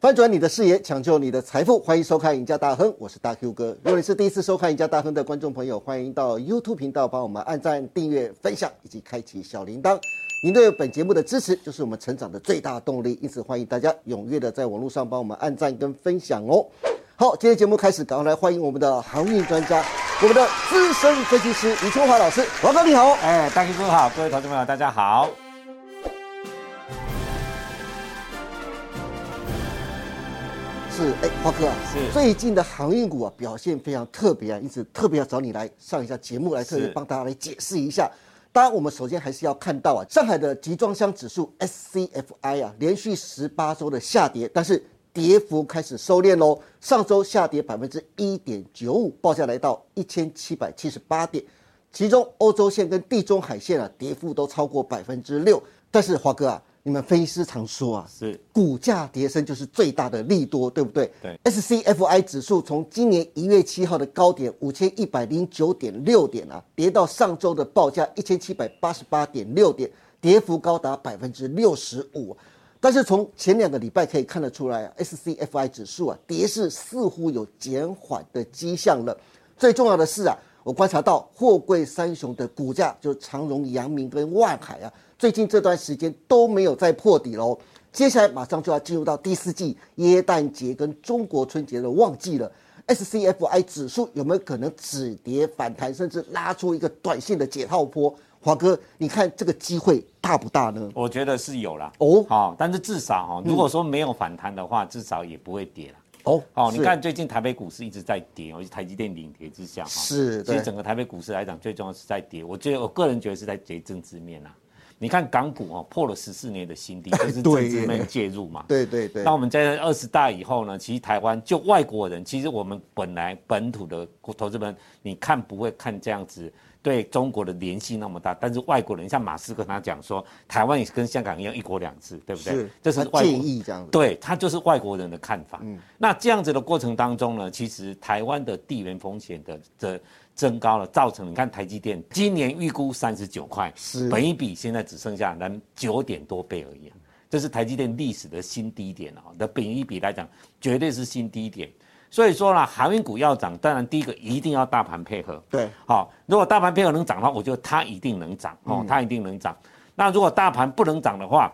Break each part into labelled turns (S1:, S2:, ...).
S1: 翻转你的视野，抢救你的财富，欢迎收看《赢家大亨》，我是大 Q 哥。如果你是第一次收看《赢家大亨》的观众朋友，欢迎到 YouTube 频道帮我们按赞、订阅、分享以及开启小铃铛。您对本节目的支持就是我们成长的最大动力，因此欢迎大家踊跃的在网络上帮我们按赞跟分享哦。好，今天节目开始，赶快来欢迎我们的航运专家，我们的资深分析师余春华老师。王哥你好，
S2: 哎，大 Q 哥好，各位投资朋友大家好。
S1: 是哎，华哥啊，
S2: 是
S1: 最近的航运股啊表现非常特别啊，因此特别要找你来上一下节目，来特别
S2: 是
S1: 帮大家来解释一下。当然，我们首先还是要看到啊，上海的集装箱指数 SCFI 啊，连续十八周的下跌，但是跌幅开始收敛喽。上周下跌百分之一点九五，报价来到一千七百七十八点，其中欧洲线跟地中海线啊，跌幅都超过百分之六。但是华哥啊，你们分析师常说啊，
S2: 是
S1: 股价跌升就是最大的利多，对不对？
S2: 对
S1: SCFI 指数从今年一月七号的高点五千一百零九点六点啊，跌到上周的报价一千七百八十八点六点，跌幅高达百分之六十五。但是从前两个礼拜可以看得出来啊，SCFI 指数啊跌势似乎有减缓的迹象了。最重要的是啊，我观察到货柜三雄的股价，就是长荣、阳明跟万海啊，最近这段时间都没有再破底喽。接下来马上就要进入到第四季耶诞节跟中国春节的旺季了，SCFI 指数有没有可能止跌反弹，甚至拉出一个短线的解套坡？华哥，你看这个机会大不大呢？
S2: 我觉得是有啦，
S1: 哦嗯
S2: 好、但是至少哈、如果说没有反弹的话，至少也不会跌啦。
S1: 哦
S2: 哦，你看最近台北股市一直在跌，尤其台积电领跌之下，哈
S1: 是
S2: 其
S1: 对
S2: 实整个台北股市来讲，最重要是在跌。我觉得我个人觉得是在跌政治面啊。你看港股哦，破了十四年 的新低，就是
S1: 对
S2: 政
S1: 耶
S2: 治面介入嘛。
S1: 对对对
S2: 那，我们在二十大以后呢，其实台湾就外国人，其实我们本来本土的投资人，你看不会看这样子对中国的联系那么大，但是外国人像马斯克他讲说，台湾也是跟香港一样一国两制，对不对？这是
S1: 他
S2: 外国
S1: 建议这样子。嗯
S2: 对，他就是外国人的看法。那这样子的过程当中呢，其实台湾的地缘风险的的增高了，造成你看台积电今年预估三十九块，
S1: 是
S2: 本一比现在只剩下咱九点多倍而已、啊，这是台积电历史的新低点啊、那本一比来讲，绝对是新低点。所以说啦，航运股要涨，当然第一个一定要大盘配合。
S1: 对，
S2: 好、如果大盘配合能涨的话，我觉得它一定能涨
S1: 嗯
S2: 哦，它一定能涨。那如果大盘不能涨的话，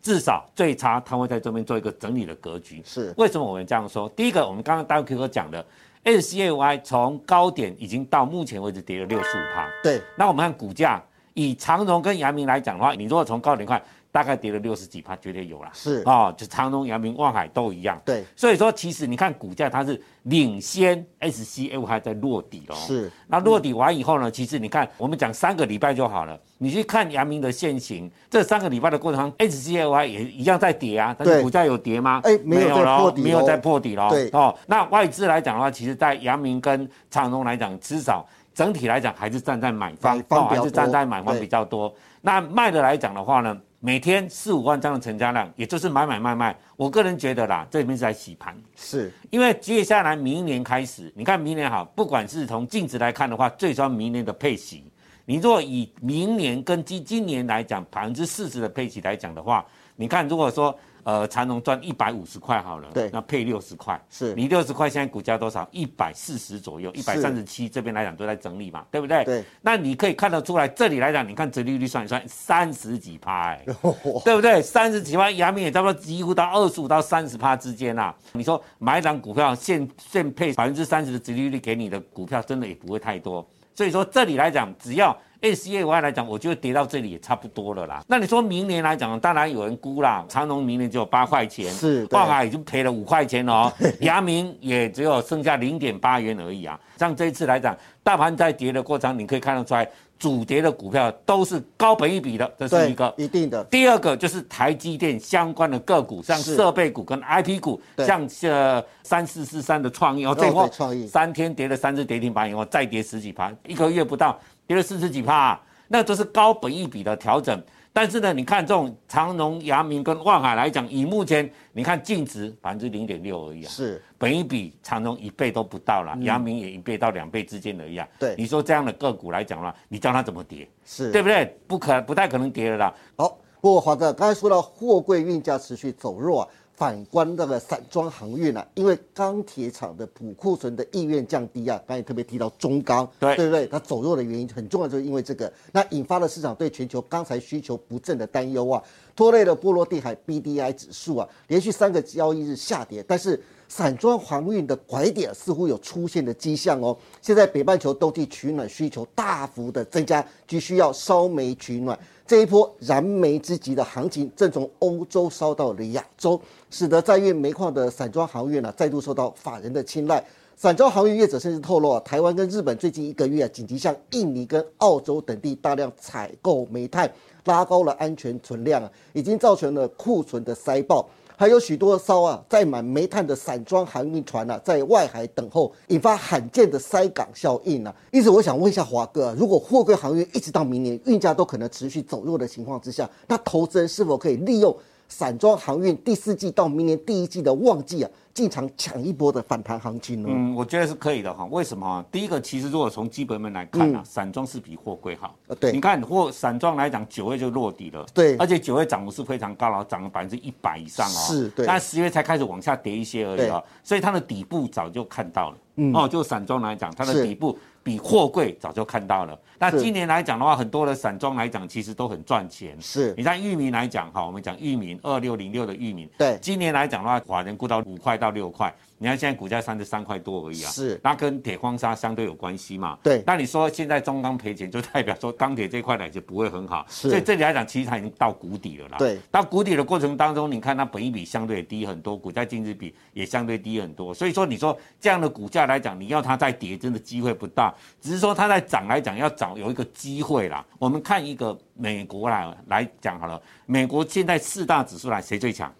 S2: 至少最差它会在这边做一个整理的格局。
S1: 是
S2: 为什么我们这样说？第一个，我们刚刚大 Q 哥讲的 s c a y 从高点已经到目前为止跌了六十五趴。
S1: 对，
S2: 那我们看股价，以长荣跟阳明来讲的话，你如果从高点看，大概跌了六十几趴，绝对有啦。
S1: 是
S2: 哦，就长荣、阳明、望海都一样。
S1: 对
S2: 所以说其实你看股价它是领先 SCF 还在落底哦。
S1: 是
S2: 那落底完以后呢，其实你看，我们讲三个礼拜就好了。你去看阳明的现形，这三个礼拜的过程当中，SCLY 也一样在跌啊，但
S1: 对
S2: 是股价有跌吗？
S1: 哎没有在
S2: 咯
S1: 破底
S2: 没有在
S1: 咯
S2: 破底喽。
S1: 对
S2: 哦，那外资来讲的话，其实在阳明跟长荣来讲，至少整体来讲还是站在买方哦
S1: 买，方比
S2: 还
S1: 较
S2: 是站
S1: 多
S2: 在买方
S1: 对
S2: 比较多。那卖的来讲的话呢？每天四五万张的成交量，也就是买买卖卖。我个人觉得啦，这里面是在洗盘。
S1: 是
S2: 因为接下来明年开始，你看明年好，不管是从净值来看的话，最主要明年的配息，你若以明年跟今今年来讲百分之四十的配息来讲的话，你看如果说呃长隆赚一百五十块好了，
S1: 对
S2: 那配六十块，
S1: 是
S2: 你六十块现在股价多少？一百四十左右，一百三十七这边来讲都在整理嘛，对不对？
S1: 对。
S2: 那你可以看得出来，这里来讲，你看折利率算一算，三十几趴、哎
S1: 哦
S2: 对不对？三十几万，阳明也差不多几乎到二十五到三十趴之间啦、你说买一档股票现现配百分之三十的殖利率给你的股票，真的也不会太多。所以说这里来讲，只要 S A Y 来讲，我觉得跌到这里也差不多了啦。那你说明年来讲，当然有人估啦，长隆明年只有八块钱，
S1: 是对
S2: 万海已经赔了五块钱了 哦，阳明也只有剩下零点八元而已啊。像这一次来讲，大盘在跌的过程，你可以看得出来，主跌的股票都是高本一比的，这是
S1: 对
S2: 一个。
S1: 一定的
S2: 第二个就是台积电相关的个股，像
S1: 是
S2: 设备股跟 IP 股，
S1: 对
S2: 像呃三四四三的创意哦，这
S1: 哦
S2: 波
S1: 对创意
S2: 三天跌了三只跌停板以后，再跌十几盘，一个月不到跌了四十几趴、那都是高本一比的调整。但是呢，你看这种长荣、阳明跟万海来讲，以目前你看净值百分之零点六而已啊，
S1: 是
S2: 本一比长荣一倍都不到了，阳、明也一倍到两倍之间而已啊。
S1: 嗯对
S2: 你说这样的个股来讲的话，你叫它怎么跌？
S1: 是
S2: 对不对？不可不太可能跌了啦。
S1: 好，不过华哥刚才说到货柜运价持续走弱啊，反观那个散装航运啊，因为钢铁厂的补库存的意愿降低啊，刚才特别提到中钢，
S2: 对
S1: 对不对？它走弱的原因很重要，就是因为这个，那引发了市场对全球钢材需求不振的担忧啊，拖累了波罗的海 BDI 指数啊，连续三个交易日下跌，但是。散装航运的拐点似乎有出现的迹象哦。现在北半球冬季取暖需求大幅的增加，急需要烧煤取暖。这一波燃眉之急的行情正从欧洲烧到了亚洲，使得在运煤矿的散装航运呢、啊再度受到法人的青睐。散装航运业者甚至透露啊，台湾跟日本最近一个月啊，紧急向印尼跟澳洲等地大量采购煤炭，拉高了安全存量啊，已经造成了库存的塞爆。还有许多艘啊载满煤炭的散装航运船啊，在外海等候，引发罕见的塞港效应啊。因此，我想问一下华哥、啊，如果货柜航运一直到明年运价都可能持续走弱的情况之下，那投资人是否可以利用散装航运第四季到明年第一季的旺季啊，进场抢一波的反弹行情呢？
S2: 嗯，我觉得是可以的哈。为什么啊？第一个，其实如果从基本面来看啊，散装是比货柜好。
S1: 嗯呃对
S2: 你看货散装来讲，九月就落底了。
S1: 对
S2: 而且九月涨幅是非常高了，涨了百分之一百以上哦。
S1: 是对
S2: 但十月才开始往下跌一些而已哦，所以它的底部早就看到了。哦，就散装来讲，它
S1: 嗯是
S2: 的底部比货柜早就看到了。那
S1: 是
S2: 今年来讲的话，很多的散装来讲，其实都很赚钱。
S1: 是
S2: 你像域名来讲哈，我们讲域名二六零六的域名，
S1: 对
S2: 今年来讲的话，法人估到五块到六块，你看现在股价三十三块多而已啊，
S1: 是
S2: 那跟铁矿砂相对有关系嘛，
S1: 对
S2: 那你说现在中钢赔钱，就代表说钢铁这块呢就不会很好，
S1: 是
S2: 所以这里来讲，其实它已经到谷底了啦，
S1: 对，
S2: 到谷底的过程当中，你看它本益比相对低很多，股价净值比也相对低很多，所以说你说这样的股价来讲，你要它再跌，真的机会不大，只是说它在涨来讲要找有一个机会啦。我们看一个美国来来讲好了，美国现在四大指数来谁最强？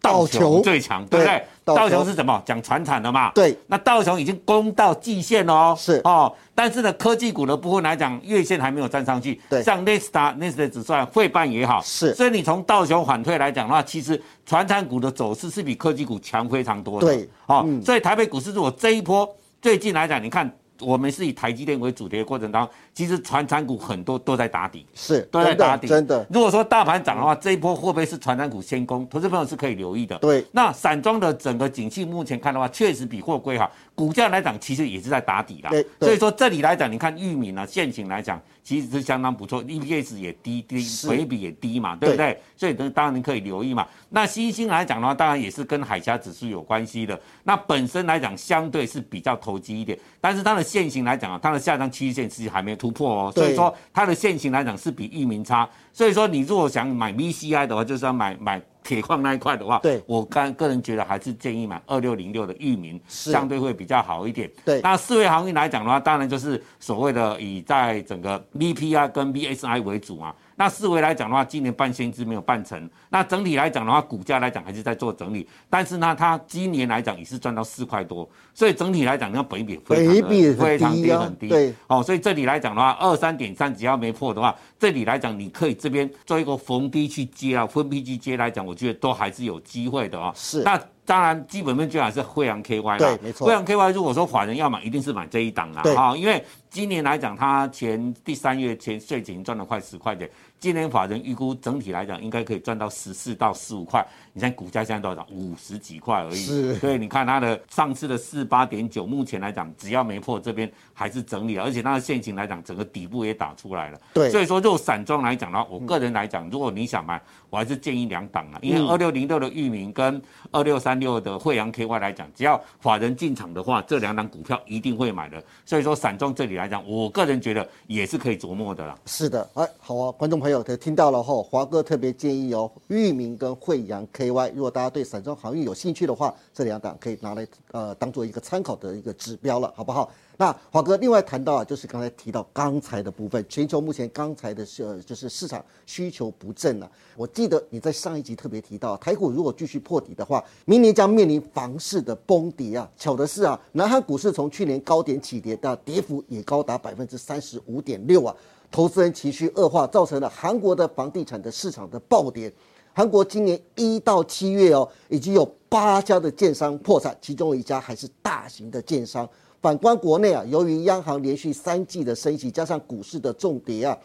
S1: 道琼
S2: 最强，对不对
S1: 对？道
S2: 道
S1: 琼
S2: 琼是什么？讲船产的嘛。
S1: 对
S2: 那道琼已经攻到季线了哦。
S1: 是
S2: 哦，但是呢，科技股的部分来讲，月线还没有站上去。
S1: 对
S2: 像 n e s t a n e s t a 指数啊、汇办也好，
S1: 是
S2: 所以你从道琼反退来讲的话，其实船产股的走势是比科技股强非常多的。
S1: 对嗯
S2: 哦，所以台北股市如果这一波最近来讲，你看我们是以台积电为主题的过程当中，其实船产股很多都在打底。
S1: 是，
S2: 都在
S1: 真的
S2: 打底。
S1: 真的
S2: 如果说大盘涨的话，这一波会不会是传染股先攻？投资朋友是可以留意的。
S1: 对
S2: 那散装的整个景气目前看的话，确实比货柜好，股价来讲其实也是在打底啦
S1: 对。对
S2: 所以说这里来讲，你看玉米呢，现行来讲其实是相当不错，EPS 也低，低
S1: 是
S2: 回比也低嘛，对不对？所以呢，当然你可以留意嘛。那新兴来讲的话，当然也是跟海峡指数有关系的。那本身来讲，相对是比较投机一点，但是它的现行来讲啊，它的下降趋势线其实还没有突破哦，所
S1: 对
S2: 以说它的现行来讲是比域名差。所以说，你如果想买 VCI 的话，就是要买买铁矿那一块的话，
S1: 对
S2: 我刚个人觉得还是建议买二六零六的域名，
S1: 是
S2: 相对会比较好一点。
S1: 对
S2: 那四维航运来讲的话，当然就是所谓的以在整个 VPI 跟 VSI 为主嘛。那四维来讲的话，今年半先知没有办成，那整体来讲的话，股价来讲还是在做整理，但是呢，它今年来讲也是赚到四块多，所以整体来讲，那本益比非常的
S1: 本益比也很低啊
S2: 非常低很低，
S1: 对
S2: 哦，所以这里来讲的话，二三点三只要没破的话，这里来讲你可以这边做一个逢低去接啊，分批去接来讲，我觉得都还是有机会的啊、哦。
S1: 是
S2: 那当然基本面最好是惠阳 KY 啦，
S1: 对没错
S2: 惠阳 KY 如果说法人要买，一定是买这一档啦
S1: 对，
S2: 啊、因为今年来讲，它前第三月前税前赚了快十块钱，今年法人预估整体来讲应该可以赚到十四到十五块，你看股价现在多少？五十几块而已，
S1: 是
S2: 所以你看它的上次的四八点九，目前来讲只要没破这边还是整理了，而且它的现行来讲，整个底部也打出来了。
S1: 对
S2: 所以说就散装来讲的话，我个人来讲，如果你想买，我还是建议两档啦，啊因
S1: 嗯
S2: 为二六零六的域名跟二六三六的惠阳 KY 来讲，只要法人进场的话，这两档股票一定会买的。所以说散装这里来讲，我个人觉得也是可以琢磨的啦。
S1: 是的，哎，好啊，观众朋友听到了后，华哥特别建议哦，域名跟惠阳 KY，如果大家对散装航运有兴趣的话，这两档可以拿来呃当做一个参考的一个指标了，好不好？那华哥另外谈到啊，就是刚才提到钢材的部分，全球目前钢材的市呃就是市场需求不振啊。我记得你在上一集特别提到，台股如果继续破底的话，明年将面临房市的崩跌啊。巧的是啊，南韩股市从去年高点起跌，但跌幅也高达百分之三十五点六啊。投资人情绪恶化，造成了韩国的房地产的市场的暴跌。韩国今年一到七月哦，已经有八家的建商破产，其中一家还是大型的建商。反观国内啊，由于央行连续三季的升息，加上股市的重跌啊，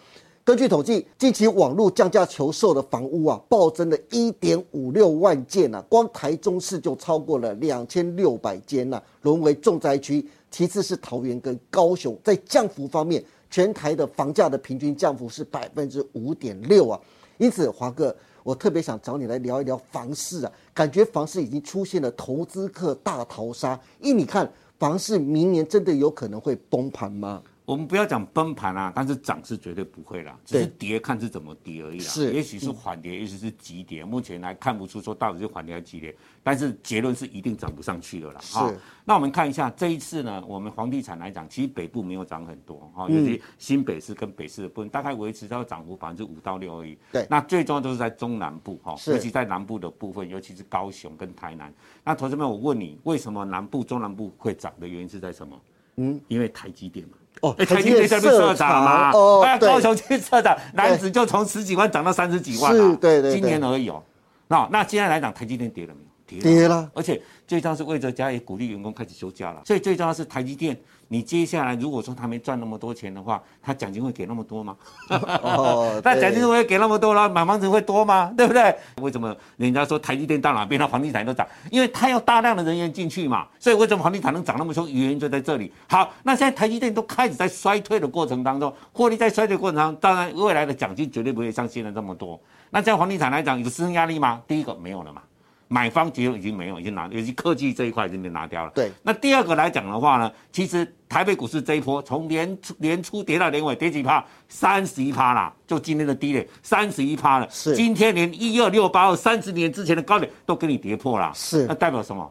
S1: 根据统计，近期网络降价求售的房屋啊，暴增了一点五六万件啊，光台中市就超过了两千六百间呐、沦为重灾区。其次是桃园跟高雄，在降幅方面，全台的房价的平均降幅是百分之五点六啊。因此，华哥，我特别想找你来聊一聊房市啊，感觉房市已经出现了投资客大逃杀。依你看，房市明年真的有可能会崩盘吗？
S2: 我们不要讲崩盘啊，但是涨是绝对不会啦，只是
S1: 对
S2: 跌看是怎么跌而已啦。
S1: 是嗯
S2: 也许是缓跌，也许是急跌，目前还看不出说到底是缓跌还是急跌，但是结论是一定涨不上去了啦。
S1: 是
S2: 哈那我们看一下这一次呢，我们房地产来讲，其实北部没有涨很多哈，
S1: 嗯
S2: 尤其新北市跟北市的部分，大概维持到涨幅百分之五到六而已。
S1: 对
S2: 那最重要都是在中南部哈，
S1: 是
S2: 尤其在南部的部分，尤其是高雄跟台南。那同志们，我问你，为什么南部、中南部会涨的原因是在什么？嗯，因为台积电嘛。
S1: 哦
S2: 哎，台积电在那边设厂嘛，
S1: 哦，
S2: 哎，
S1: 对
S2: 高雄去设厂，男子就从十几万涨到三十几万了、
S1: 是对对对
S2: 今年而已哦。那那现在来讲，台积电跌了没有？
S1: 跌了
S2: 而且最重要是魏哲家也鼓励员工开始休假了，所以最重要是台积电，你接下来如果说他没赚那么多钱的话，他奖金会给那么多吗？
S1: 哦
S2: 那
S1: 对
S2: 奖金会给那么多了，买房子会多吗？对不对？为什么人家说台积电到哪边，那房地产都涨？因为它要大量的人员进去嘛，所以为什么房地产能涨那么凶？原因就在这里。好，那现在台积电都开始在衰退的过程当中，获利在衰退的过程当中，当然未来的奖金绝对不会像现在这么多。那在房地产来讲，有支撑压力吗？第一个没有了嘛。买方结论已经没有，已经拿，尤其科技这一块已经被拿掉了。
S1: 对
S2: 那第二个来讲的话呢，其实台北股市这一波从年初年初跌到年尾跌几趴，三十一趴啦，就今天的低点三十一趴了。
S1: 是
S2: 今天连一二六八二三十年之前的高点都给你跌破啦。
S1: 是
S2: 那代表什么？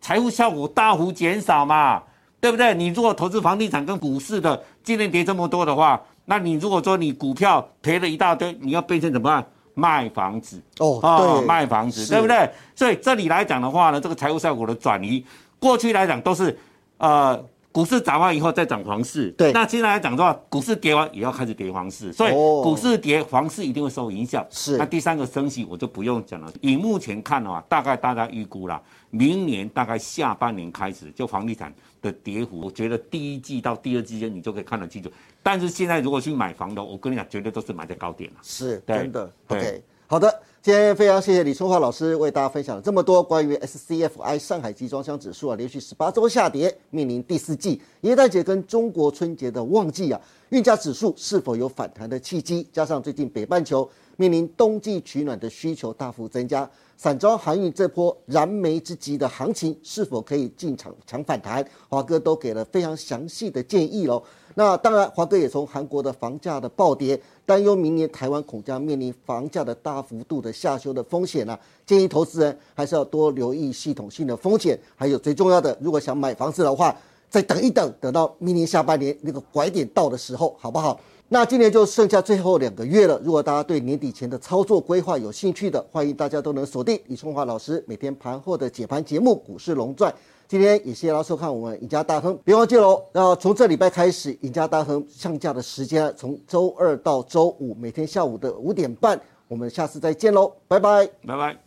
S2: 财务效果大幅减少嘛，对不对？你如果投资房地产跟股市的，今年跌这么多的话，那你如果说你股票赔了一大堆，你要变成怎么办？卖房子
S1: 哦对
S2: 啊卖房子，
S1: 是
S2: 对不对？所以这里来讲的话呢，这个财务效果的转移，过去来讲都是呃股市涨完以后再涨房市，
S1: 对
S2: 那现在来讲的话，股市跌完也要开始跌房市，所以
S1: 哦
S2: 股市跌，房市一定会受影响。
S1: 是
S2: 那第三个升息我就不用讲了，以目前看的话，大概大家预估啦，明年大概下半年开始，就房地产的跌幅，我觉得第一季到第二季之间你就可以看得清楚。但是现在如果去买房的，我跟你讲，绝对都是买在高点了。
S1: 是
S2: 对
S1: 真的。
S2: 对
S1: OK，好的，今天非常谢谢李春华老师为大家分享了这么多关于 SCFI 上海集装箱指数啊，连续十八周下跌，面临第四季元旦节跟中国春节的旺季啊，运价指数是否有反弹的契机？加上最近北半球面临冬季取暖的需求大幅增加，散装航运这波燃眉之急的行情是否可以进场抢反弹？华哥都给了非常详细的建议喽。那当然，华哥也从韩国的房价的暴跌，担忧明年台湾恐将面临房价的大幅度的下修的风险啊，建议投资人还是要多留意系统性的风险，还有最重要的，如果想买房子的话，再等一等，等到明年下半年那个拐点到的时候，好不好？那今年就剩下最后两个月了。如果大家对年底前的操作规划有兴趣的，欢迎大家都能锁定李春华老师每天盘后的解盘节目《股市龙钻》。今天也谢谢大家收看我们赢家大亨，别忘记喽。那从这礼拜开始，赢家大亨上架的时间啊从周二到周五，每天下午的五点半。我们下次再见喽，拜拜。
S2: 拜拜。